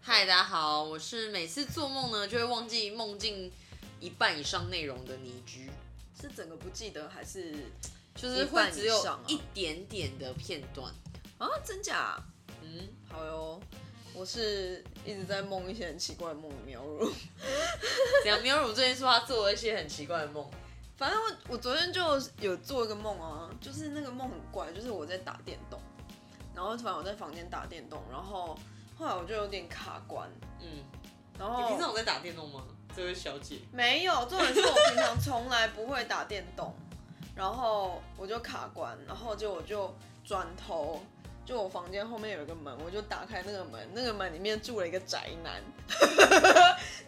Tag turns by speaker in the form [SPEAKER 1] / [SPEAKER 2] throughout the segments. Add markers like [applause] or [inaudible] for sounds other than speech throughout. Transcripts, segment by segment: [SPEAKER 1] 嗨，大家好，我是每次做梦呢就会忘记梦境一半以上内容的倪居，
[SPEAKER 2] 是整个不记得还是
[SPEAKER 1] 就是
[SPEAKER 2] 一
[SPEAKER 1] 会
[SPEAKER 2] 半
[SPEAKER 1] 只
[SPEAKER 2] 以上
[SPEAKER 1] 有
[SPEAKER 2] 啊
[SPEAKER 1] 一点点的片段。
[SPEAKER 2] 啊？真假？
[SPEAKER 1] 嗯， [laughs]
[SPEAKER 2] 好哟，我是一直在梦一些很奇怪的梦里面入。
[SPEAKER 1] 梁明儒最近说他做了一些很奇怪的梦，
[SPEAKER 2] [laughs] 反正我我昨天就有做一个梦啊，就是那个梦很怪，就是我在打电动，然后突然我在房间打电动，然后后来我就有点卡关，
[SPEAKER 1] 嗯，
[SPEAKER 2] 然
[SPEAKER 1] 你平常
[SPEAKER 2] 后
[SPEAKER 1] 有在打电动吗？这位小
[SPEAKER 2] [laughs]
[SPEAKER 1] 姐，
[SPEAKER 2] 没有，重点是我平常从来不会打电动，然后我就卡关，然后就我就转头。就我房间后面有一个门，我就打开那个门，那个门里面住了一个宅男，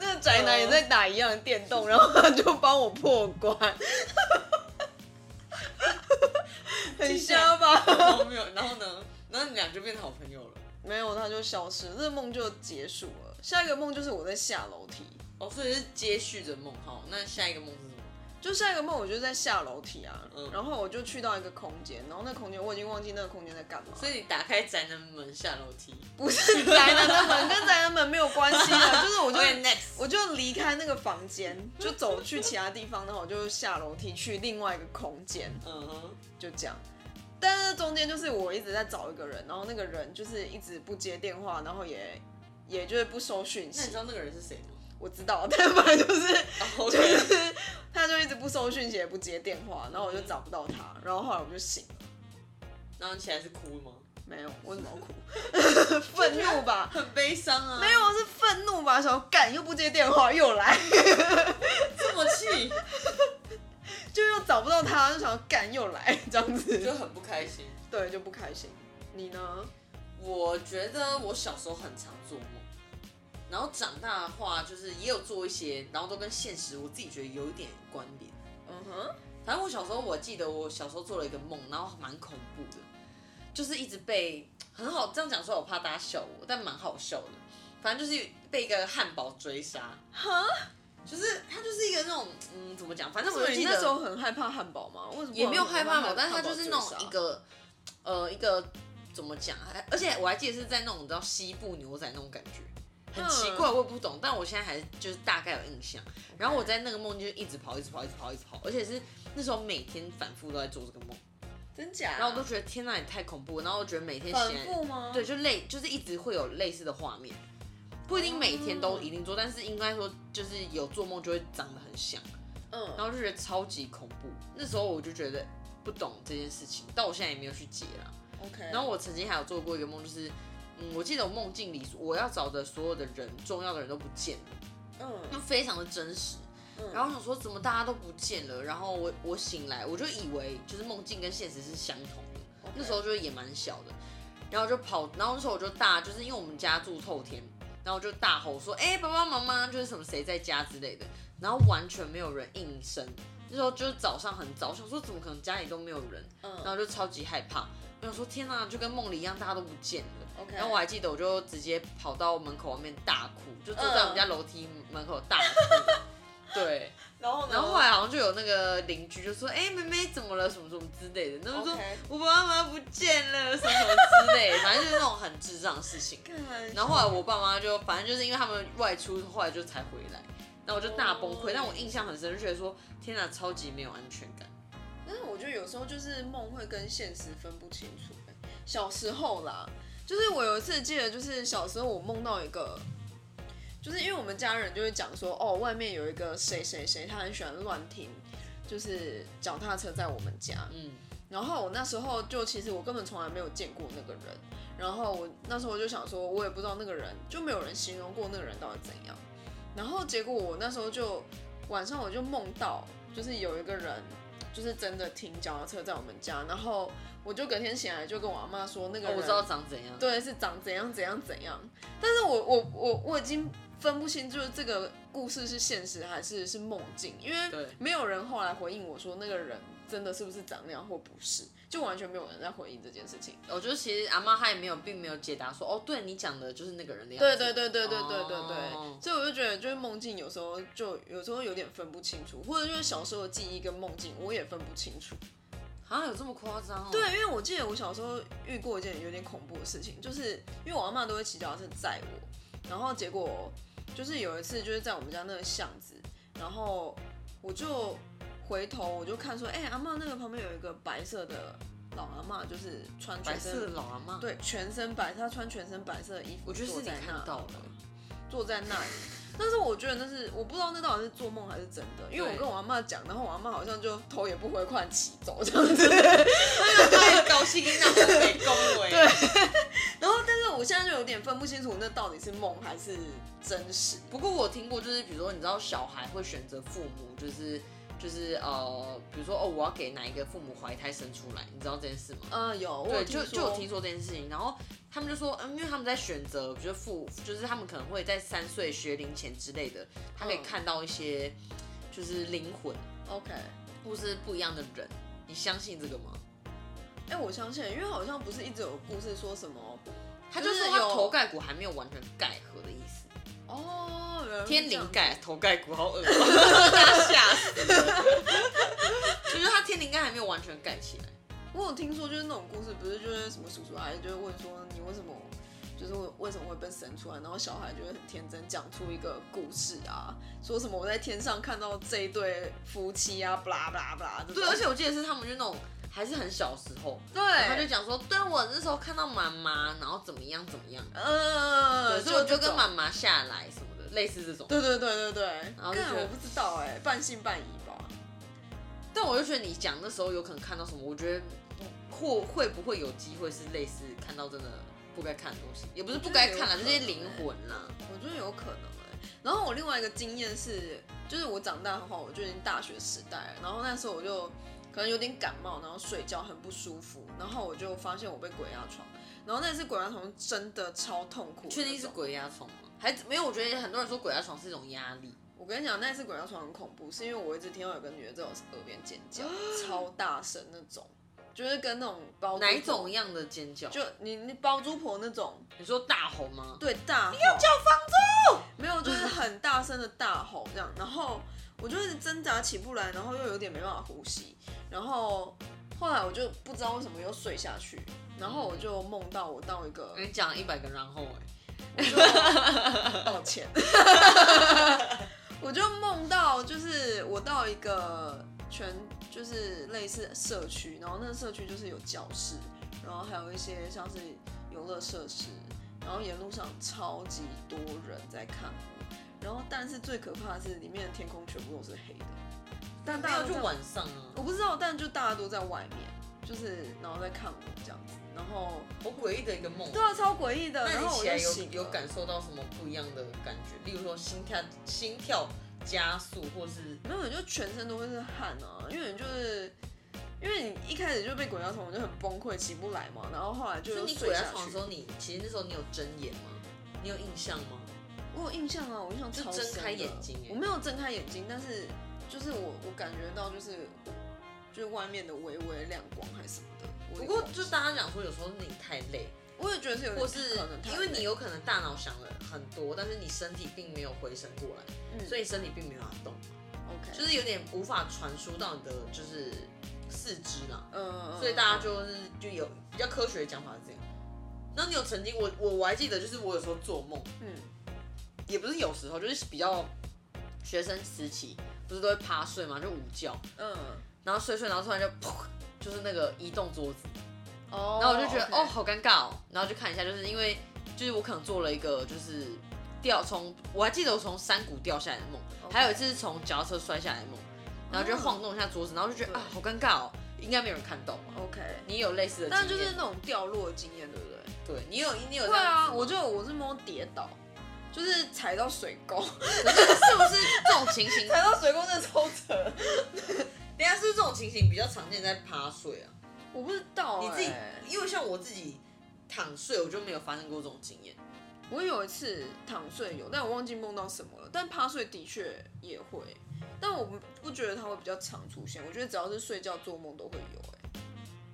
[SPEAKER 2] 那个宅男也在打一样的电动，然后他就帮我破关，很瞎吧？
[SPEAKER 1] 然后没有，然后呢？然后你们俩就变成好朋友了。
[SPEAKER 2] 没有，他就消失，这个梦就结束了。下一个梦就是我在下楼梯，
[SPEAKER 1] 哦，所以是接续着梦。好，那下一个梦是什么？
[SPEAKER 2] 就下一个梦我就在下楼梯啊，
[SPEAKER 1] 嗯
[SPEAKER 2] 然后我就去到一个空间，然后那空间我已经忘记那个空间在干
[SPEAKER 1] [laughs]
[SPEAKER 2] 嘛，
[SPEAKER 1] 所以你打开宅男门下楼梯。
[SPEAKER 2] 不是宅男的门跟宅男门没有关系的，就是我就
[SPEAKER 1] OK next，
[SPEAKER 2] 我就离开那个房间，就走去其他地方，然后我就下楼梯去另外一个空间，
[SPEAKER 1] 嗯哼，
[SPEAKER 2] 就这样。但是中间就是我一直在找一个人，然后那个人就是一直不接电话，然后也也就是不收讯
[SPEAKER 1] 那你
[SPEAKER 2] 息
[SPEAKER 1] 知。道那个人是谁吗？
[SPEAKER 2] [laughs] 我知道，但反正就是
[SPEAKER 1] 哦，OK，
[SPEAKER 2] 就是他就一直不收讯息，也不接电话，然后我就找不到他，然后后来我就醒了，
[SPEAKER 1] 然后你起来是哭吗？
[SPEAKER 2] 没有，我怎么 [laughs] 哭？愤怒吧？
[SPEAKER 1] 很悲伤啊，
[SPEAKER 2] 没有，是愤怒吧？想干又不接电话，又来， [laughs]
[SPEAKER 1] 这么气，
[SPEAKER 2] 就又找不到他，就想干又来 [laughs] 这样
[SPEAKER 1] 就
[SPEAKER 2] 子，
[SPEAKER 1] 很不开心。
[SPEAKER 2] 对，就不开心。你呢？
[SPEAKER 1] 我觉得我小时候很常做梦，然后长大的话就是也有做一些，然后都跟现实我自己觉得有一点关联。
[SPEAKER 2] 嗯哼，
[SPEAKER 1] 反正我小时候我记得我小时候做了一个梦，然后蛮恐怖的，就是一直被很好这样讲出来，我怕大家笑我，但蛮好笑的。反正就是被一个汉堡追杀，
[SPEAKER 2] 哈，
[SPEAKER 1] 就是他就是一个那种嗯怎么讲，反正我
[SPEAKER 2] 所
[SPEAKER 1] 就
[SPEAKER 2] 以你
[SPEAKER 1] 记
[SPEAKER 2] 那
[SPEAKER 1] 得
[SPEAKER 2] 时候很害怕汉堡吗？为什么
[SPEAKER 1] 也没有害怕嘛，
[SPEAKER 2] 汉堡
[SPEAKER 1] 但是他就是那种一个呃一个怎么讲，啊还而且我还记得是在那种你知道西部牛仔那种感觉，很奇怪，
[SPEAKER 2] 嗯
[SPEAKER 1] 我也不懂，但我现在还就是大概有印象。然后我在那个梦就一直跑，一直跑，一直跑，一直跑，而且是那时候每天反复都在做这个
[SPEAKER 2] 啊
[SPEAKER 1] 梦，
[SPEAKER 2] 真假？
[SPEAKER 1] 然后我都觉得天呐也太恐怖了，然后我觉得每天
[SPEAKER 2] 反
[SPEAKER 1] 醒来，
[SPEAKER 2] 复吗？
[SPEAKER 1] 对，，就类就是一直会有类似的画面，不一定每天都
[SPEAKER 2] 嗯
[SPEAKER 1] 一定做，但是应该说就是有做梦就会长得很像。
[SPEAKER 2] 嗯，
[SPEAKER 1] 然后就觉得超级恐怖。那时候我就觉得不懂这件事情，但我现在也没有去解啦。
[SPEAKER 2] OK，
[SPEAKER 1] 然后我曾经还有做过一个梦，就是嗯，我记得我梦境里我要找的所有的人，重要的人都不见了，就
[SPEAKER 2] 嗯，
[SPEAKER 1] 非常的真实。然后我想说怎么大家都不见了，然后我我醒来我就以为就是梦境跟现实是相同的，那时候就是也蛮小的，然后就跑，然后那时候我就大，就是因为我们家住透天，然后我就大吼说，哎、爸爸妈妈，就是什么谁在家之类的，然后完全没有人应声。那时候就是早上很早，我想说怎么可能家里都没有人，
[SPEAKER 2] 嗯
[SPEAKER 1] 然后就超级害怕，我想说天哪、就跟梦里一样，大家都不见了。
[SPEAKER 2] OK，
[SPEAKER 1] 然后我还记得，我就直接跑到门口外面大哭，就坐在我们家楼梯门口大哭。对，
[SPEAKER 2] 然后呢
[SPEAKER 1] 然后后来好像就有那个邻居就说：“哎、妹妹怎么了？什么什么之类的。”然后就说
[SPEAKER 2] OK
[SPEAKER 1] 我爸妈不见了，什么什么之类的，反正就是那种很智障的事情。
[SPEAKER 2] 看
[SPEAKER 1] 然后后来我爸妈就，反正就是因为他们外出，后来就才回来。然后我就大崩溃
[SPEAKER 2] 哦
[SPEAKER 1] 但我印象很深，就觉得说天哪，超级没有安全感。
[SPEAKER 2] 但是我觉得有时候就是梦会跟现实分不清楚、欸。小时候啦，就是我有一次记得，就是小时候我梦到一个，就是因为我们家人就会讲说，哦，外面有一个谁谁谁，他很喜欢乱停，就是脚踏车在我们家。
[SPEAKER 1] 嗯，
[SPEAKER 2] 然后我那时候就其实我根本从来没有见过那个人，然后我那时候我就想说，我也不知道那个人，就没有人形容过那个人到底怎样。然后结果我那时候就晚上我就梦到，就是有一个人就是真的停脚踏车在我们家，然后我就隔天醒来就跟我阿妈说那个
[SPEAKER 1] 哦
[SPEAKER 2] 人、
[SPEAKER 1] 我知道长怎样。
[SPEAKER 2] 对，是长怎样怎样怎样。但是我我我我已经分不清，就是这个故事是现实还是是梦境，因
[SPEAKER 1] 对
[SPEAKER 2] 为没有人后来回应我说那个人真的是不是长那样或不是，就完全没有人在回应这件事情。
[SPEAKER 1] 我觉得其实阿妈她也没有，并没有解答说，哦，对你讲的就是那个人的样子。
[SPEAKER 2] 对对对对对对对对，
[SPEAKER 1] 哦
[SPEAKER 2] 所以我就觉得，就是梦境有时候就有时候有点分不清楚，或者就是小时候的记忆跟梦境我也分不清楚。
[SPEAKER 1] 啊，有这么夸张哦？
[SPEAKER 2] 对，因为我记得我小时候遇过一件有点恐怖的事情，就是因为我阿妈都会骑脚踏车载我，然后结果就是有一次就是在我们家那个巷子，然后我就回头我就看说，哎、阿嬷那个旁边有一个白色的老阿嬷，就是穿
[SPEAKER 1] 白
[SPEAKER 2] 全
[SPEAKER 1] 色的
[SPEAKER 2] 身
[SPEAKER 1] 老阿妈，，
[SPEAKER 2] 对全身白，她穿全身白色的衣服，
[SPEAKER 1] 我觉得是
[SPEAKER 2] 坐
[SPEAKER 1] 你
[SPEAKER 2] 在那
[SPEAKER 1] 看到的，
[SPEAKER 2] 坐在那里。但是我觉得那是我不知道那到底是做梦还是真的，因为我
[SPEAKER 1] 对
[SPEAKER 2] 跟我阿妈讲，然后我阿妈好像就头也不回，快点骑走这样子。
[SPEAKER 1] 太高兴让我被恭维，对。
[SPEAKER 2] 然后，但是我现在就有点分不清楚那到底是梦还是真实。
[SPEAKER 1] 不过我听过，就是比如说，你知道小孩会选择父母，就是就是呃，比如说哦，我要给哪一个父母怀胎生出来，你知道这件事吗？
[SPEAKER 2] 嗯，有，我
[SPEAKER 1] 对，
[SPEAKER 2] 有
[SPEAKER 1] 就
[SPEAKER 2] 说
[SPEAKER 1] 就有听说这件事情，然后他们就说，嗯，因为他们在选择，比如父，就是他们可能会在三岁学龄前之类的，他可以
[SPEAKER 2] 嗯
[SPEAKER 1] 看到一些就是灵魂
[SPEAKER 2] OK，哎、
[SPEAKER 1] 或是不一样的人，你相信这个吗？
[SPEAKER 2] 哎我相信，因为好像不是一直有故事说什么
[SPEAKER 1] 他
[SPEAKER 2] 就
[SPEAKER 1] 就是说他
[SPEAKER 2] 有
[SPEAKER 1] 头盖骨还没有完全盖合的意思，
[SPEAKER 2] 哦，原来是
[SPEAKER 1] 天
[SPEAKER 2] 这样
[SPEAKER 1] 灵盖头盖骨好恶心，大家 [laughs] 吓死 [laughs] 了。就是他天灵盖还没有完全盖起来，
[SPEAKER 2] 我有听说，就是那种故事，不是就是什么叔叔阿姨就会问说你为什么，就是为为什么会被生出来，然后小孩就会很天真讲出一个故事啊，说什么我在天上看到这一对夫妻啊，不啦不啦不啦，这种
[SPEAKER 1] 对，而且我记得是他们就那种还是很小时候，然后他就
[SPEAKER 2] 对，
[SPEAKER 1] 讲说，对我那时候看到妈妈，然后怎么样怎么样，
[SPEAKER 2] 呃，
[SPEAKER 1] 对，所以我就
[SPEAKER 2] 这
[SPEAKER 1] 跟
[SPEAKER 2] 种
[SPEAKER 1] 妈，妈下来什么的，类似这种。
[SPEAKER 2] 对对对对对，
[SPEAKER 1] 然后就
[SPEAKER 2] 但
[SPEAKER 1] 觉得
[SPEAKER 2] 我不知道哎、半信半疑吧，
[SPEAKER 1] 但我就觉得你讲那时候有可能看到什么，我觉得或会不会有机会是类似看到真的不该看的东西，也不是不该看啦，
[SPEAKER 2] 我
[SPEAKER 1] 就
[SPEAKER 2] 觉
[SPEAKER 1] 是
[SPEAKER 2] 得有可能欸
[SPEAKER 1] 灵魂啦。
[SPEAKER 2] 我觉得有可能哎、然后我另外一个经验是，就是我长大后，我就已经大学时代了。然后那时候我就可能有点感冒，然后睡觉很不舒服，然后我就发现我被鬼压床。然后那次鬼压床真的超痛苦，
[SPEAKER 1] 确定是？鬼压床吗？还没有？我觉得很多人说鬼压床是一种压力，
[SPEAKER 2] 我跟你讲，那次鬼压床很恐怖，是因为我一直听到有个女的在我耳边尖 [gasps] 叫，超大声那种，就是跟那种包租婆
[SPEAKER 1] 哪一种？样的尖哦叫？就
[SPEAKER 2] 就你你包租婆那种，
[SPEAKER 1] 你说大吼吗？
[SPEAKER 2] 对大吼，要交房租，没有，就是很大声的大吼这样，然后我就是挣扎起不来，然后又有点没办法呼吸，然后后来我就不知道为什么又睡下去，然后我就梦到我到一个
[SPEAKER 1] 我，跟你讲一百个然后哎、
[SPEAKER 2] 我就 [laughs] 抱歉，我就梦到就是我到一个全就是类似社区，然后那个社区就是有教室，然后还有一些像是游乐设施，然后沿路上超级多人在看我，然后但是最可怕的是里面的天空全部都是黑的，但
[SPEAKER 1] 没
[SPEAKER 2] 大家
[SPEAKER 1] 有
[SPEAKER 2] 都
[SPEAKER 1] 就
[SPEAKER 2] 在
[SPEAKER 1] 晚上啊，
[SPEAKER 2] 我不知道，但就大家都在外面，就是然后在看我这样子，然后
[SPEAKER 1] 好诡异的一个梦。
[SPEAKER 2] 对啊，超诡异的，
[SPEAKER 1] 那
[SPEAKER 2] 然
[SPEAKER 1] 你
[SPEAKER 2] 后我
[SPEAKER 1] 起
[SPEAKER 2] 就
[SPEAKER 1] 来有
[SPEAKER 2] 醒了
[SPEAKER 1] 有感受到什么不一样的感觉？例如说心跳心跳加速，或是
[SPEAKER 2] 没有，你就全身都会是汗啊，因为你就是。因为你一开始就被鬼压床，我就很崩溃，起不来嘛。然后后来就
[SPEAKER 1] 所以
[SPEAKER 2] 又
[SPEAKER 1] 你
[SPEAKER 2] 睡
[SPEAKER 1] 鬼
[SPEAKER 2] 下
[SPEAKER 1] 压床的
[SPEAKER 2] 去
[SPEAKER 1] 时候，你其实那时候你有睁眼吗？你有印象吗？
[SPEAKER 2] 我有印象啊，我印象
[SPEAKER 1] 就
[SPEAKER 2] 超
[SPEAKER 1] 睁
[SPEAKER 2] 深
[SPEAKER 1] 开
[SPEAKER 2] 的
[SPEAKER 1] 眼睛欸
[SPEAKER 2] 我没有睁开眼睛，但是就是我我感觉到就是就是外面的微微亮光还是什么的。我
[SPEAKER 1] 不
[SPEAKER 2] 有
[SPEAKER 1] 过
[SPEAKER 2] 点忘记
[SPEAKER 1] 就大家讲说，有时候你太累，
[SPEAKER 2] 我也觉得是有点
[SPEAKER 1] 或是
[SPEAKER 2] 可能太
[SPEAKER 1] 因为你
[SPEAKER 2] 累
[SPEAKER 1] 有可能大脑想了很多，但是你身体并没有回神过来，
[SPEAKER 2] 嗯
[SPEAKER 1] 所以身体并没有办法动，
[SPEAKER 2] OK
[SPEAKER 1] 就是有点无法传输到你的就是四肢啦。
[SPEAKER 2] 嗯，
[SPEAKER 1] 所以大家就是就有比较科学的讲法是这样。那你有曾经我我我还记得，就是我有时候做梦，
[SPEAKER 2] 嗯
[SPEAKER 1] 也不是有时候，就是比较学生时期，不是都会趴睡嘛，就午觉，
[SPEAKER 2] 嗯
[SPEAKER 1] 然后睡睡，然后突然就噗，就是那个移动桌子，
[SPEAKER 2] 哦，
[SPEAKER 1] 然后我就觉得
[SPEAKER 2] OK
[SPEAKER 1] 哦，好尴尬哦，然后就看一下，就是因为就是我可能做了一个就是掉从我还记得我从山谷掉下来的梦
[SPEAKER 2] OK
[SPEAKER 1] 还有一次是从脚踏车摔下来的梦，然后就晃动一下桌子，然后就觉得
[SPEAKER 2] 对
[SPEAKER 1] 啊好尴尬哦，应该没有人看到吧？
[SPEAKER 2] OK，
[SPEAKER 1] 你有类似的经验？
[SPEAKER 2] 但就是那种掉落的经验，对不对？
[SPEAKER 1] 对你有你有这
[SPEAKER 2] 会
[SPEAKER 1] 样
[SPEAKER 2] 啊，
[SPEAKER 1] 子吗
[SPEAKER 2] 我就我是摸跌倒，就是踩到水
[SPEAKER 1] [laughs]
[SPEAKER 2] 沟，
[SPEAKER 1] 是不是这种情形？
[SPEAKER 2] 踩到水沟那抽扯，
[SPEAKER 1] [laughs] 等一下是不是这种情形比较常见在趴睡啊？
[SPEAKER 2] 我不知道、欸，
[SPEAKER 1] 你自己，因为像我自己躺睡，我就没有发生过这种经验。
[SPEAKER 2] 我有一次躺睡有，但我忘记梦到什么了。但趴睡的确也会，但我不不觉得它会比较常出现。我觉得只要是睡觉做梦都会有、欸。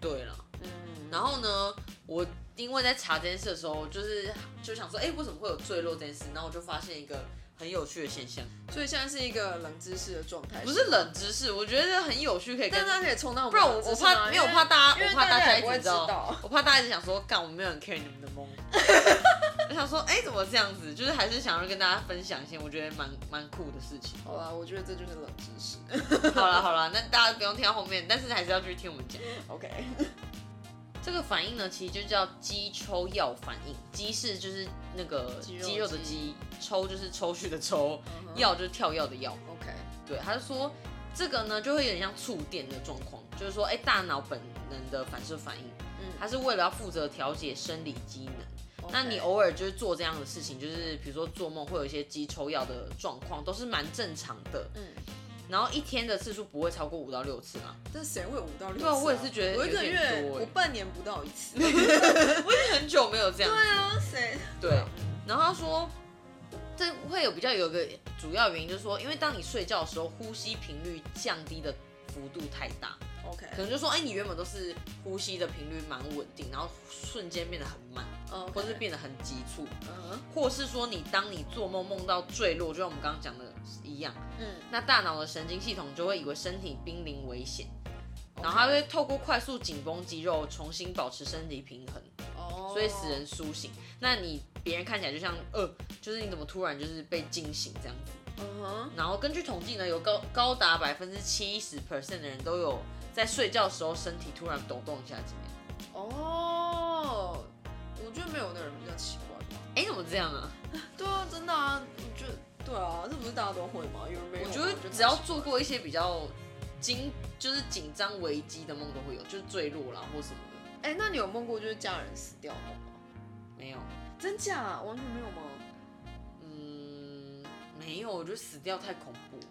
[SPEAKER 1] 对了，
[SPEAKER 2] 嗯，
[SPEAKER 1] 然后呢，我因为在查这件事的时候，就是就想说，哎、为什么会有坠落这件事？然后我就发现一个很有趣的现象，
[SPEAKER 2] 所以现在是一个冷知识的状态，
[SPEAKER 1] 不是，冷知识，我觉得很有趣，可以跟
[SPEAKER 2] 但。它可以冲到我
[SPEAKER 1] 不
[SPEAKER 2] 们
[SPEAKER 1] 然
[SPEAKER 2] 的
[SPEAKER 1] 我
[SPEAKER 2] 冷知
[SPEAKER 1] 我
[SPEAKER 2] 识吗，
[SPEAKER 1] 怕，没有
[SPEAKER 2] 因
[SPEAKER 1] 我
[SPEAKER 2] 为
[SPEAKER 1] 怕大家，
[SPEAKER 2] 因为
[SPEAKER 1] 我怕
[SPEAKER 2] 大
[SPEAKER 1] 家
[SPEAKER 2] 家
[SPEAKER 1] 一
[SPEAKER 2] 也不会
[SPEAKER 1] 直
[SPEAKER 2] 知道
[SPEAKER 1] [laughs] 我怕大家一直想说，干，我没有很 care 你们的梦。我想说，哎、怎么我这样子，就是还是想要跟大家分享一些我觉得蛮蛮酷的事情。
[SPEAKER 2] 好啦，我觉得这就是冷知 [laughs] 识。
[SPEAKER 1] 好了好了，那大家不用听到后面，但是还是要继续听我们讲。
[SPEAKER 2] OK，
[SPEAKER 1] 这个反应呢，其实就叫肌抽药反应。肌是就是那个
[SPEAKER 2] 肌肉
[SPEAKER 1] 肌肉的
[SPEAKER 2] 肌
[SPEAKER 1] 肌，抽就是抽血的抽，药就是跳药的药。
[SPEAKER 2] 嗯 OK，
[SPEAKER 1] 对，他就说这个呢就会有点像触电的状况，就是说，哎、大脑本能的反射反应，
[SPEAKER 2] 嗯
[SPEAKER 1] 它是为了要负责调节生理机能。那你
[SPEAKER 2] OK
[SPEAKER 1] 偶尔就是做这样的事情，就是比如说做梦会有一些肌抽药的状况，都是蛮正常的。
[SPEAKER 2] 嗯，
[SPEAKER 1] 然后一天的次数不会超过五到六次嘛， [laughs]
[SPEAKER 2] 但谁会有五到六次、
[SPEAKER 1] 对啊我也是觉得
[SPEAKER 2] 我一
[SPEAKER 1] 有
[SPEAKER 2] 个
[SPEAKER 1] 点
[SPEAKER 2] 月
[SPEAKER 1] 多欸
[SPEAKER 2] 我半年不到一
[SPEAKER 1] [laughs]
[SPEAKER 2] 次。
[SPEAKER 1] 很久没有这样。
[SPEAKER 2] 啊，谁？
[SPEAKER 1] 对，然后他说，这会有比较有一个主要原因，就是说，因为当你睡觉的时候，呼吸频率降低的幅度太大，
[SPEAKER 2] OK，
[SPEAKER 1] 可能就说，哎、你原本都是呼吸的频率蛮稳定，然后瞬间变得很慢，
[SPEAKER 2] 嗯，
[SPEAKER 1] 或是变得很急促，
[SPEAKER 2] 嗯
[SPEAKER 1] 或是说你当你做梦梦到坠落，就像我们刚刚讲的一样，
[SPEAKER 2] 嗯，
[SPEAKER 1] 那大脑的神经系统就会以为身体濒临危险，然后它会透过快速紧绷肌肉重新保持身体平衡。
[SPEAKER 2] 哦，
[SPEAKER 1] 所以使人苏醒。那你别人看起来就像呃，就是你怎么突然就是被惊醒这样子。
[SPEAKER 2] 嗯哼，
[SPEAKER 1] 然后根据统计呢，有高高达百分之七十 percent 的人都有在睡觉的时候身体突然抖动一下怎么样？
[SPEAKER 2] 哦，我觉得没有的人比较奇怪吧。
[SPEAKER 1] 哎、怎么这样啊？
[SPEAKER 2] 对啊，真的啊，我觉得对啊，这不是大家都会吗？有人没有？
[SPEAKER 1] 我
[SPEAKER 2] 我
[SPEAKER 1] 觉得只要做过一些比较紧，就是紧张危机的梦都会有，就是坠落啦或什么的。
[SPEAKER 2] 哎、那你有梦过就是家人死掉的吗？
[SPEAKER 1] 没有，
[SPEAKER 2] 真假？完全没有吗？
[SPEAKER 1] 嗯，没有，我觉得死掉太恐怖了。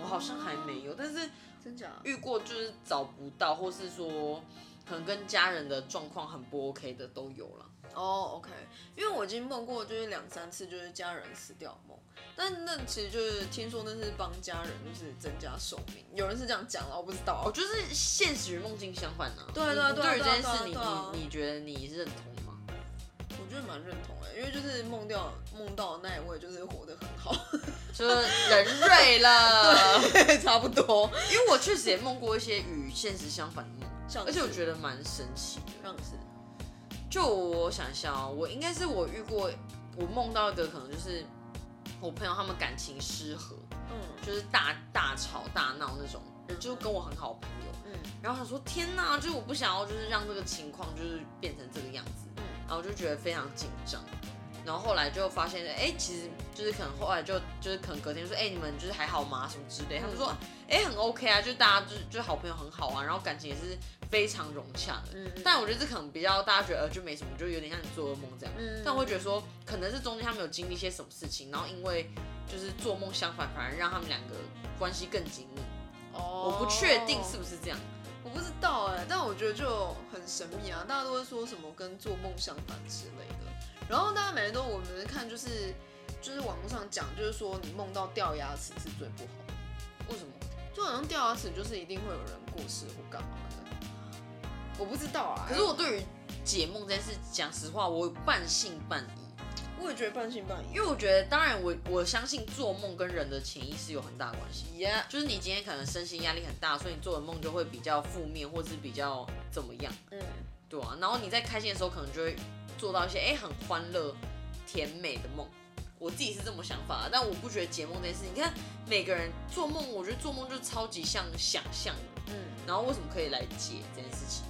[SPEAKER 1] 我好像还没有，但是
[SPEAKER 2] 真假？
[SPEAKER 1] 遇过就是找不到，或是说可能跟家人的状况很不 OK 的都有了。
[SPEAKER 2] 哦、o k 因为我已经梦过就是两三次就是家人死掉梦，但那其实就是听说那是帮家人就是增加寿命，有人是这样讲了，我不知道。啊
[SPEAKER 1] 我哦就是现实与梦境相反啊。
[SPEAKER 2] 对啊对啊
[SPEAKER 1] 你
[SPEAKER 2] 对啊
[SPEAKER 1] 对于这件
[SPEAKER 2] 对啊
[SPEAKER 1] 事，你
[SPEAKER 2] 对啊
[SPEAKER 1] 你你觉得你认同吗？
[SPEAKER 2] 我觉得蛮认同哎，因为就是梦掉梦到的那一位就是活得很好，
[SPEAKER 1] 就是人瑞了， [laughs]
[SPEAKER 2] 差不多。
[SPEAKER 1] 因为我确实也梦过一些与现实相反的梦
[SPEAKER 2] 像，
[SPEAKER 1] 而且我
[SPEAKER 2] 是
[SPEAKER 1] 觉得蛮神奇的。
[SPEAKER 2] 样子，
[SPEAKER 1] 就我想一下哦，我应该是我遇过，我梦到的可能就是我朋友他们感情失和，
[SPEAKER 2] 嗯
[SPEAKER 1] 就是大大吵大闹那种，就跟我很好的朋友。
[SPEAKER 2] 嗯
[SPEAKER 1] 然后想说天呐，就是我不想要，就是让这个情况就是变成这个样子，
[SPEAKER 2] 嗯
[SPEAKER 1] 然后我就觉得非常紧张。然后后来就发现，哎，其实就是可能后来就就是可能隔天说，哎，你们就是还好吗？什么之类，他们
[SPEAKER 2] 嗯
[SPEAKER 1] 说，哎，很 OK 啊，就大家就是就是好朋友很好啊，然后感情也是非常融洽的。
[SPEAKER 2] 嗯，
[SPEAKER 1] 但我觉得这可能比较大家觉得呃就没什么，就有点像你做噩梦这样。
[SPEAKER 2] 嗯
[SPEAKER 1] 但我会觉得说，可能是中间他们有经历一些什么事情，然后因为就是做梦相反，反而让他们两个关系更紧密。
[SPEAKER 2] 哦
[SPEAKER 1] 我不确定是不是这样。
[SPEAKER 2] 我不知道哎，但我觉得就很神秘啊，大家都会说什么跟做梦相反之类的，然后大家每天都我们看就是就是网络上讲，就是说你梦到掉牙齿是最不好的，
[SPEAKER 1] 为什么？
[SPEAKER 2] 就好像掉牙齿就是一定会有人过世或干嘛的，我不知道啊，
[SPEAKER 1] 可是我对于解梦这件事，讲实话，我半信半疑，
[SPEAKER 2] 我也觉得半信半疑，
[SPEAKER 1] 因为我觉得，当然我我相信做梦跟人的潜意识有很大的关系。
[SPEAKER 2] 耶、
[SPEAKER 1] 就是你今天可能身心压力很大，所以你做的梦就会比较负面，或是比较怎么样，
[SPEAKER 2] 嗯
[SPEAKER 1] 对啊。然后你在开心的时候，可能就会做到一些哎、很欢乐、甜美的梦。我自己是这么想法啊的，但我不觉得解梦这件事。你看每个人做梦，我觉得做梦就超级像想象的，
[SPEAKER 2] 嗯。
[SPEAKER 1] 然后为什么可以来解这件事情？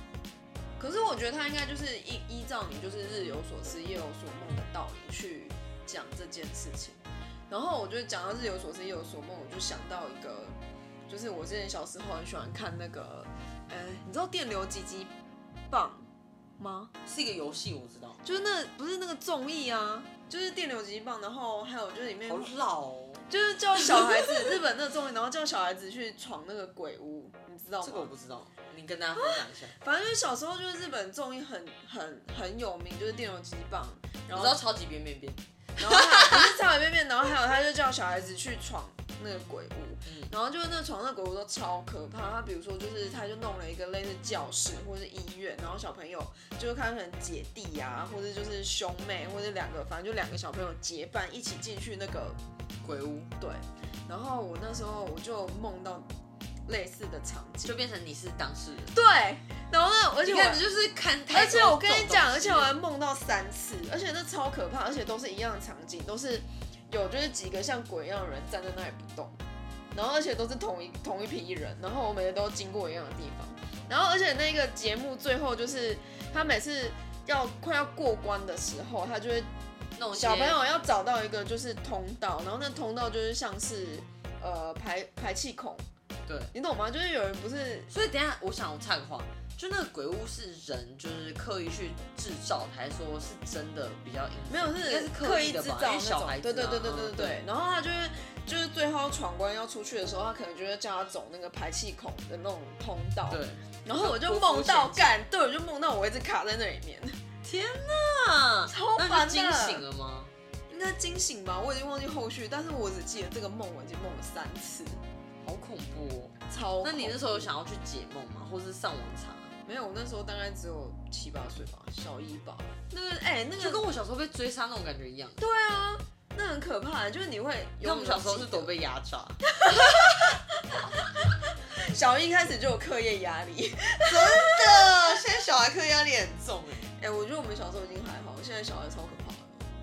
[SPEAKER 2] 可是我觉得他应该就是依依照你就是日有所思夜有所梦的道理去讲这件事情。然后我就讲到日有所思夜有所梦，我就想到一个，就是我之前小时候很喜欢看那个，呃，你知道电流击击棒吗？
[SPEAKER 1] 是一个游戏，我知道。
[SPEAKER 2] 就是那不是那个综艺啊，就是电流击击棒，然后还有就是里面
[SPEAKER 1] 好老哦，
[SPEAKER 2] 就是叫小孩子日本那个综艺，然后叫小孩子去闯那个鬼屋，你知道吗？
[SPEAKER 1] 这个我不知道，你跟大家分享一下。
[SPEAKER 2] 反正就是小时候就是日本综艺很很很有名，就是电流击棒，然
[SPEAKER 1] 我
[SPEAKER 2] 后
[SPEAKER 1] 知道超级变变变，
[SPEAKER 2] 然后还有不是超人变变，然后还有他就叫小孩子去闯那个鬼屋，
[SPEAKER 1] 嗯
[SPEAKER 2] 然后就是那闯那鬼屋都超可怕。他比如说就是他就弄了一个类似教室或是医院，然后小朋友就是看可能姐弟呀、或者就是兄妹，或者两个反正就两个小朋友结伴一起进去那个
[SPEAKER 1] 鬼屋
[SPEAKER 2] 对，然后我那时候我就梦到，类似的场景
[SPEAKER 1] 就。变成你是当事人。
[SPEAKER 2] 对，然后呢，而且
[SPEAKER 1] 你
[SPEAKER 2] 我
[SPEAKER 1] 看，就是看太多
[SPEAKER 2] 而且我跟你讲，
[SPEAKER 1] 这种东西
[SPEAKER 2] 而且我还梦到三次，而且那超可怕，而且都是一样的场景，都是有就是几个像鬼一样的人站在那里不动，然后而且都是同一同一批人，然后我每天都经过一样的地方，然后而且那个节目最后就是他每次要快要过关的时候，他就会
[SPEAKER 1] 那种
[SPEAKER 2] 小朋
[SPEAKER 1] 些
[SPEAKER 2] 友要找到一个就是通道，然后那通道就是像是呃排排气孔，
[SPEAKER 1] 对。
[SPEAKER 2] 你懂吗？就是有人不是
[SPEAKER 1] 所以等一下，我想我插个话，就那个鬼屋是人就是刻意去制造的，还是说是真的比较阴森
[SPEAKER 2] 没有
[SPEAKER 1] 应该
[SPEAKER 2] 是
[SPEAKER 1] 是
[SPEAKER 2] 刻
[SPEAKER 1] 意
[SPEAKER 2] 意制
[SPEAKER 1] 的吧因
[SPEAKER 2] 造？那
[SPEAKER 1] 为
[SPEAKER 2] 种，
[SPEAKER 1] 小孩子
[SPEAKER 2] 对
[SPEAKER 1] 嘛
[SPEAKER 2] 对对对对对
[SPEAKER 1] 嗯
[SPEAKER 2] 对。然后他就是就是最后要闯关要出去的时候，他可能就会叫他走那个排气孔的那种通道。
[SPEAKER 1] 对。
[SPEAKER 2] 然后我就
[SPEAKER 1] 匍匐
[SPEAKER 2] 梦到
[SPEAKER 1] 前进
[SPEAKER 2] 干，对，我就梦到我一直卡在那里
[SPEAKER 1] [laughs]
[SPEAKER 2] 面，
[SPEAKER 1] 天哪，
[SPEAKER 2] 超
[SPEAKER 1] 那
[SPEAKER 2] 烦
[SPEAKER 1] 你
[SPEAKER 2] 的。
[SPEAKER 1] 惊醒了吗？
[SPEAKER 2] 应该惊醒吧？我已经忘记后续，但是我只记得这个梦我已经梦了三次，
[SPEAKER 1] 好恐怖哦！
[SPEAKER 2] 超。
[SPEAKER 1] 那你那时候有？想要去解梦吗？或是上网查？
[SPEAKER 2] 没有，我那时候大概只有七八岁吧，小一吧。那个哎、那
[SPEAKER 1] 就
[SPEAKER 2] 个
[SPEAKER 1] 跟我小时候被追杀那种感觉一样。
[SPEAKER 2] 对啊，那很可怕，就是你会。
[SPEAKER 1] 你看我们小时候是多被压榨，
[SPEAKER 2] 小一开始就有课业压力。
[SPEAKER 1] 的。现在小孩课业压力很重哎，
[SPEAKER 2] 哎、我觉得我们小时候已经还好，现在小孩超可怕的。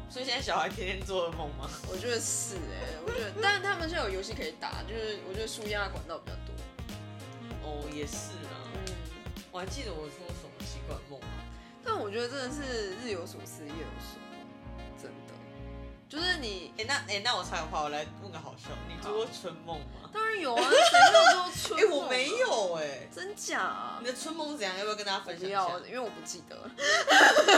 [SPEAKER 1] 所以现在小孩天天做噩梦吗？
[SPEAKER 2] 我觉得是哎、我觉得，但是他们现在有游戏可以打，就是我觉得舒压管道比较多。
[SPEAKER 1] 哦，也是啊。
[SPEAKER 2] 嗯，
[SPEAKER 1] 我还记得我做什么奇怪的梦吗？
[SPEAKER 2] 但我觉得真的是日有所思，夜有所梦，真的。就是你
[SPEAKER 1] 哎、那哎、那我插个话，我来问个好笑，你做过春梦吗？
[SPEAKER 2] 当然有啊，谁没有做春
[SPEAKER 1] [laughs] 哎、
[SPEAKER 2] 梦、啊
[SPEAKER 1] 我没，有哎、
[SPEAKER 2] 真假、啊
[SPEAKER 1] 你？的春梦是怎样？要不要跟大家分
[SPEAKER 2] 不
[SPEAKER 1] 享一下
[SPEAKER 2] 要，？因为我不记得了。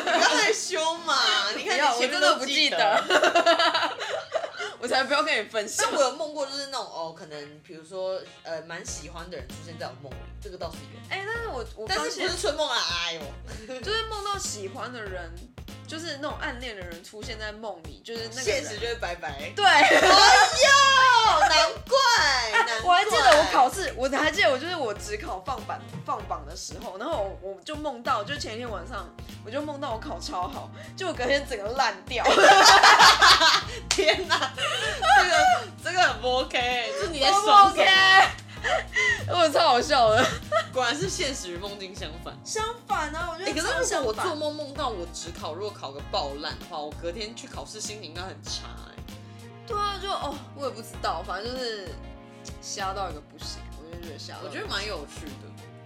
[SPEAKER 1] 不要害羞 [laughs] 嘛！你看
[SPEAKER 2] 不要，
[SPEAKER 1] 你
[SPEAKER 2] 我
[SPEAKER 1] 前
[SPEAKER 2] 真
[SPEAKER 1] 面
[SPEAKER 2] 的
[SPEAKER 1] 都
[SPEAKER 2] 不
[SPEAKER 1] 记
[SPEAKER 2] 记得。
[SPEAKER 1] [laughs]
[SPEAKER 2] 我才不要跟你分享
[SPEAKER 1] 但。我有梦过，就是那种哦，可能比如说呃，蛮喜欢的人出现在我梦里，这个倒是有。
[SPEAKER 2] 哎、但是我我
[SPEAKER 1] 但
[SPEAKER 2] 发
[SPEAKER 1] 是不
[SPEAKER 2] 现
[SPEAKER 1] 是春梦啊？哎呦，
[SPEAKER 2] 就是梦到喜欢的人，就是那种暗恋的人出现在梦里，就是那个
[SPEAKER 1] 现
[SPEAKER 2] 人
[SPEAKER 1] 实就会拜拜。
[SPEAKER 2] 对。 [laughs]
[SPEAKER 1] 啊
[SPEAKER 2] 哎
[SPEAKER 1] 哦，难怪， [laughs] 难怪。
[SPEAKER 2] 我还记得我考试，我还记得我就是我只考放榜放榜的时候，然后我我就梦到，就前一天晚上我就梦到我考超好，就我隔天整个烂
[SPEAKER 1] [laughs]
[SPEAKER 2] 掉。
[SPEAKER 1] 天哪，这个这个很不 OK，就是你在爽
[SPEAKER 2] o k [laughs] 我超好笑的。
[SPEAKER 1] 果然是现实与梦境相反。
[SPEAKER 2] 相反啊，我觉
[SPEAKER 1] [laughs] 哎、可
[SPEAKER 2] 超
[SPEAKER 1] 是如
[SPEAKER 2] 相
[SPEAKER 1] 果我
[SPEAKER 2] 反
[SPEAKER 1] 做梦梦到我只考，如果考个爆烂的话，我隔天去考试心情应该很差哎、
[SPEAKER 2] 对啊，就哦，我也不知道，反正就是瞎到一个不行，我就觉得瞎到一
[SPEAKER 1] 我
[SPEAKER 2] 个不
[SPEAKER 1] 觉
[SPEAKER 2] 行。
[SPEAKER 1] 得蛮有趣的，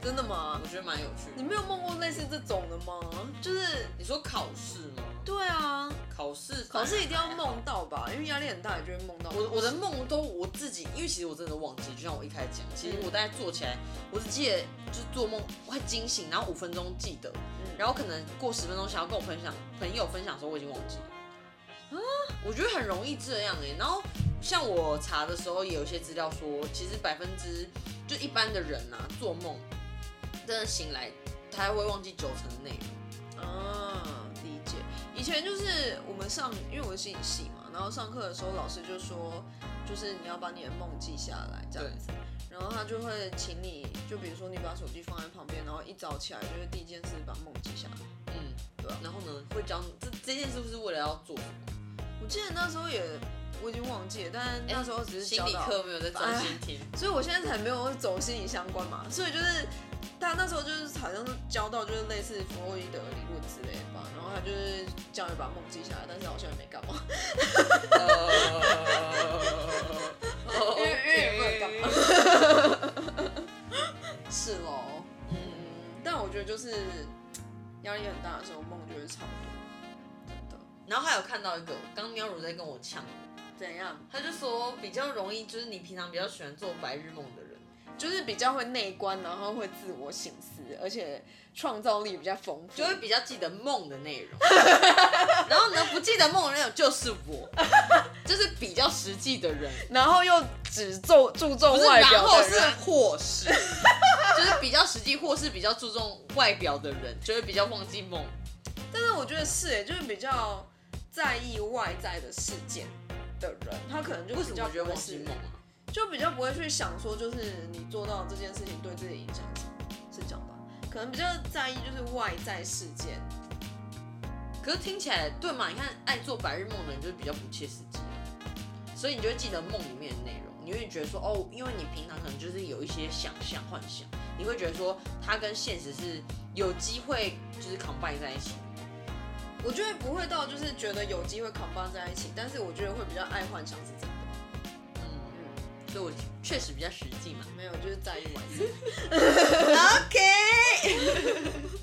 [SPEAKER 2] 真的吗？
[SPEAKER 1] 我觉得蛮有趣
[SPEAKER 2] 你
[SPEAKER 1] 的。
[SPEAKER 2] 没有梦过类似这种的吗？就是
[SPEAKER 1] 你说考试吗？
[SPEAKER 2] 对啊，
[SPEAKER 1] 考试，哎
[SPEAKER 2] 考试一定要。梦到吧，因为压力很大，你就会梦到。
[SPEAKER 1] 我我的梦都我自己，因为其实我真的忘记，就像我一开始讲，其
[SPEAKER 2] 嗯
[SPEAKER 1] 实我大概做起来，我只记得就是做梦会惊醒，然后五分钟记得，
[SPEAKER 2] 嗯，
[SPEAKER 1] 然后可能过十分钟想要跟我分享朋友分享的时候，我已经忘记了。啊，我觉得很容易这样哎、然后像我查的时候，也有一些资料说，其实百分之就一般的人啊，做梦真的醒来，他会忘记九成的内容。
[SPEAKER 2] 啊，理解。以前就是我们上，因为我是心理系嘛，然后上课的时候老师就说，就是你要把你的梦记下来这样子。然后他就会请你，就比如说你把手机放在旁边，然后一早起来就是第一件事把梦记下来。
[SPEAKER 1] 嗯，
[SPEAKER 2] 对啊
[SPEAKER 1] 然后呢，会教你这这件事不是为了要做什么？
[SPEAKER 2] 我记得那时候也我已经忘记了，但是那时候只是
[SPEAKER 1] 哎心
[SPEAKER 2] 教
[SPEAKER 1] 理
[SPEAKER 2] 到，
[SPEAKER 1] 课没有在专心听。
[SPEAKER 2] 所以我现在才没有走心理相关嘛，所以就是。他那时候就是好像是教到就是类似弗洛伊德理论之类的吧，然后他就是叫你把梦记下来，但是好像也没干
[SPEAKER 1] [laughs]
[SPEAKER 2] 嘛。
[SPEAKER 1] 呃，
[SPEAKER 2] [laughs] 因为因为也不能干嘛。是喽，嗯，但我觉得就是压力很大的时候，梦就会超多，真的。
[SPEAKER 1] 然后还有看到一个，刚喵如在跟我呛，
[SPEAKER 2] 怎样？
[SPEAKER 1] 他就说比较容易，就是你平常比较喜欢做白日梦
[SPEAKER 2] [laughs]
[SPEAKER 1] 的人，
[SPEAKER 2] 就是比较会内观，然后会自我省思，而且创造力比较丰富。
[SPEAKER 1] 就会比较记得梦的内
[SPEAKER 2] [laughs]
[SPEAKER 1] 容。然后呢，不记得梦的内容就是
[SPEAKER 2] [laughs]
[SPEAKER 1] 我，就是比较实际的人，
[SPEAKER 2] 然后又只注注
[SPEAKER 1] 不
[SPEAKER 2] 重
[SPEAKER 1] 是
[SPEAKER 2] 外
[SPEAKER 1] 然
[SPEAKER 2] 表
[SPEAKER 1] 后
[SPEAKER 2] 的
[SPEAKER 1] 是
[SPEAKER 2] 人，
[SPEAKER 1] 或
[SPEAKER 2] [laughs]
[SPEAKER 1] 是，就是比较实际或是比较注重外表的人，就会比较忘记梦。
[SPEAKER 2] 但是我觉得是哎，就是比较在意外在的事件的人，他可能就
[SPEAKER 1] 为什
[SPEAKER 2] 比
[SPEAKER 1] 么
[SPEAKER 2] 较
[SPEAKER 1] 我觉得
[SPEAKER 2] 不会
[SPEAKER 1] 忘
[SPEAKER 2] 是
[SPEAKER 1] 记梦啊？
[SPEAKER 2] 就比较不会去想说，就是你做到这件事情对自己影响是什么，是这样吧？可能比较在意就是外在事件，
[SPEAKER 1] 可是听起来对嘛？你看，爱做白日梦的人就是比较不切实际，所以你就会记得梦里面的内容，你会觉得说哦，因为你平常可能就是有一些想象幻想，你会觉得说它跟现实是有机会就是 combine 在一起。
[SPEAKER 2] 我觉得不会到就是觉得有机会 combine 在一起，但是我觉得会比较爱幻想是真的。
[SPEAKER 1] 嗯，
[SPEAKER 2] 嗯，
[SPEAKER 1] 所以我确实比较实际嘛。 [laughs]
[SPEAKER 2] 没有，就是在意幻想。
[SPEAKER 1] OK，
[SPEAKER 2] [laughs]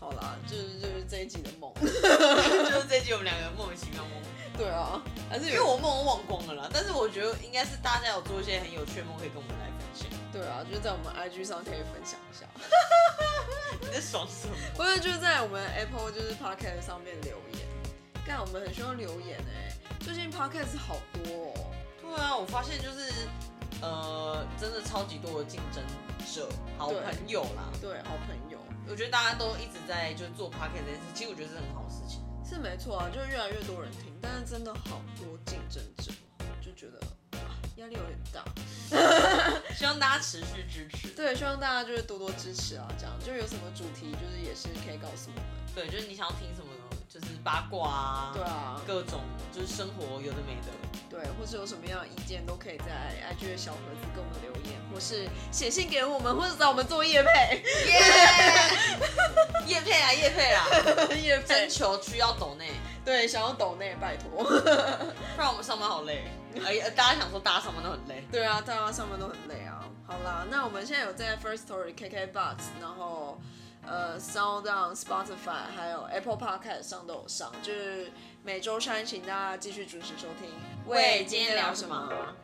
[SPEAKER 2] 好啦，就是就是这一集的梦。
[SPEAKER 1] 就是这集我们两个莫名其妙梦，
[SPEAKER 2] 对啊，还是
[SPEAKER 1] 因为我梦都忘光了啦。但是我觉得应该是大家有做一些很有趣的梦，可以跟我们来分享。
[SPEAKER 2] 对啊，就是在我们 IG 上可以分享一下，
[SPEAKER 1] 你在爽什么？
[SPEAKER 2] 或者就是在我们 Apple 就是 Podcast 上面留言。干，我们很需要留言哎、最近 Podcast 好多哦。
[SPEAKER 1] 对啊，我发现就是呃，真的超级多的竞争者、好
[SPEAKER 2] 对
[SPEAKER 1] 朋友啦。
[SPEAKER 2] 对，好朋友
[SPEAKER 1] 我觉得大家都一直在就是做 p o c a s t 这件事，其实我觉得是很好的事情。
[SPEAKER 2] 是没错啊，就越来越多人听，但是真的好多竞争者，就觉得啊压力有点大。
[SPEAKER 1] 希望大家持续支持。
[SPEAKER 2] 对，希望大家就是多多支持啊，这样就有什么主题就是也是可以告诉我们。
[SPEAKER 1] 对，就是你想要听什么，就是八卦啊，
[SPEAKER 2] 对啊，
[SPEAKER 1] 各种就是生活有的没的，
[SPEAKER 2] 对，或是有什么样的意见都可以在 IG 的小盒子给我们留言，或是写信给我们，或者找我们做夜配。 [laughs]
[SPEAKER 1] 耶、 [laughs] 叶配啊，叶配啦，
[SPEAKER 2] 夜
[SPEAKER 1] 征
[SPEAKER 2] 配
[SPEAKER 1] 求需要抖内，
[SPEAKER 2] 对，想要抖内拜托。 [laughs]
[SPEAKER 1] 不然我们上班好累。哎、呃大家想说大家上班都很累，
[SPEAKER 2] 对啊，大家上班都很累啊。好啦，那我们现在有在 First Story、KKBox，然后呃 Sound on Spotify，还有 Apple Podcast 上都有上，就是每周三，请大家继续准时收听。
[SPEAKER 1] 喂今天聊什么？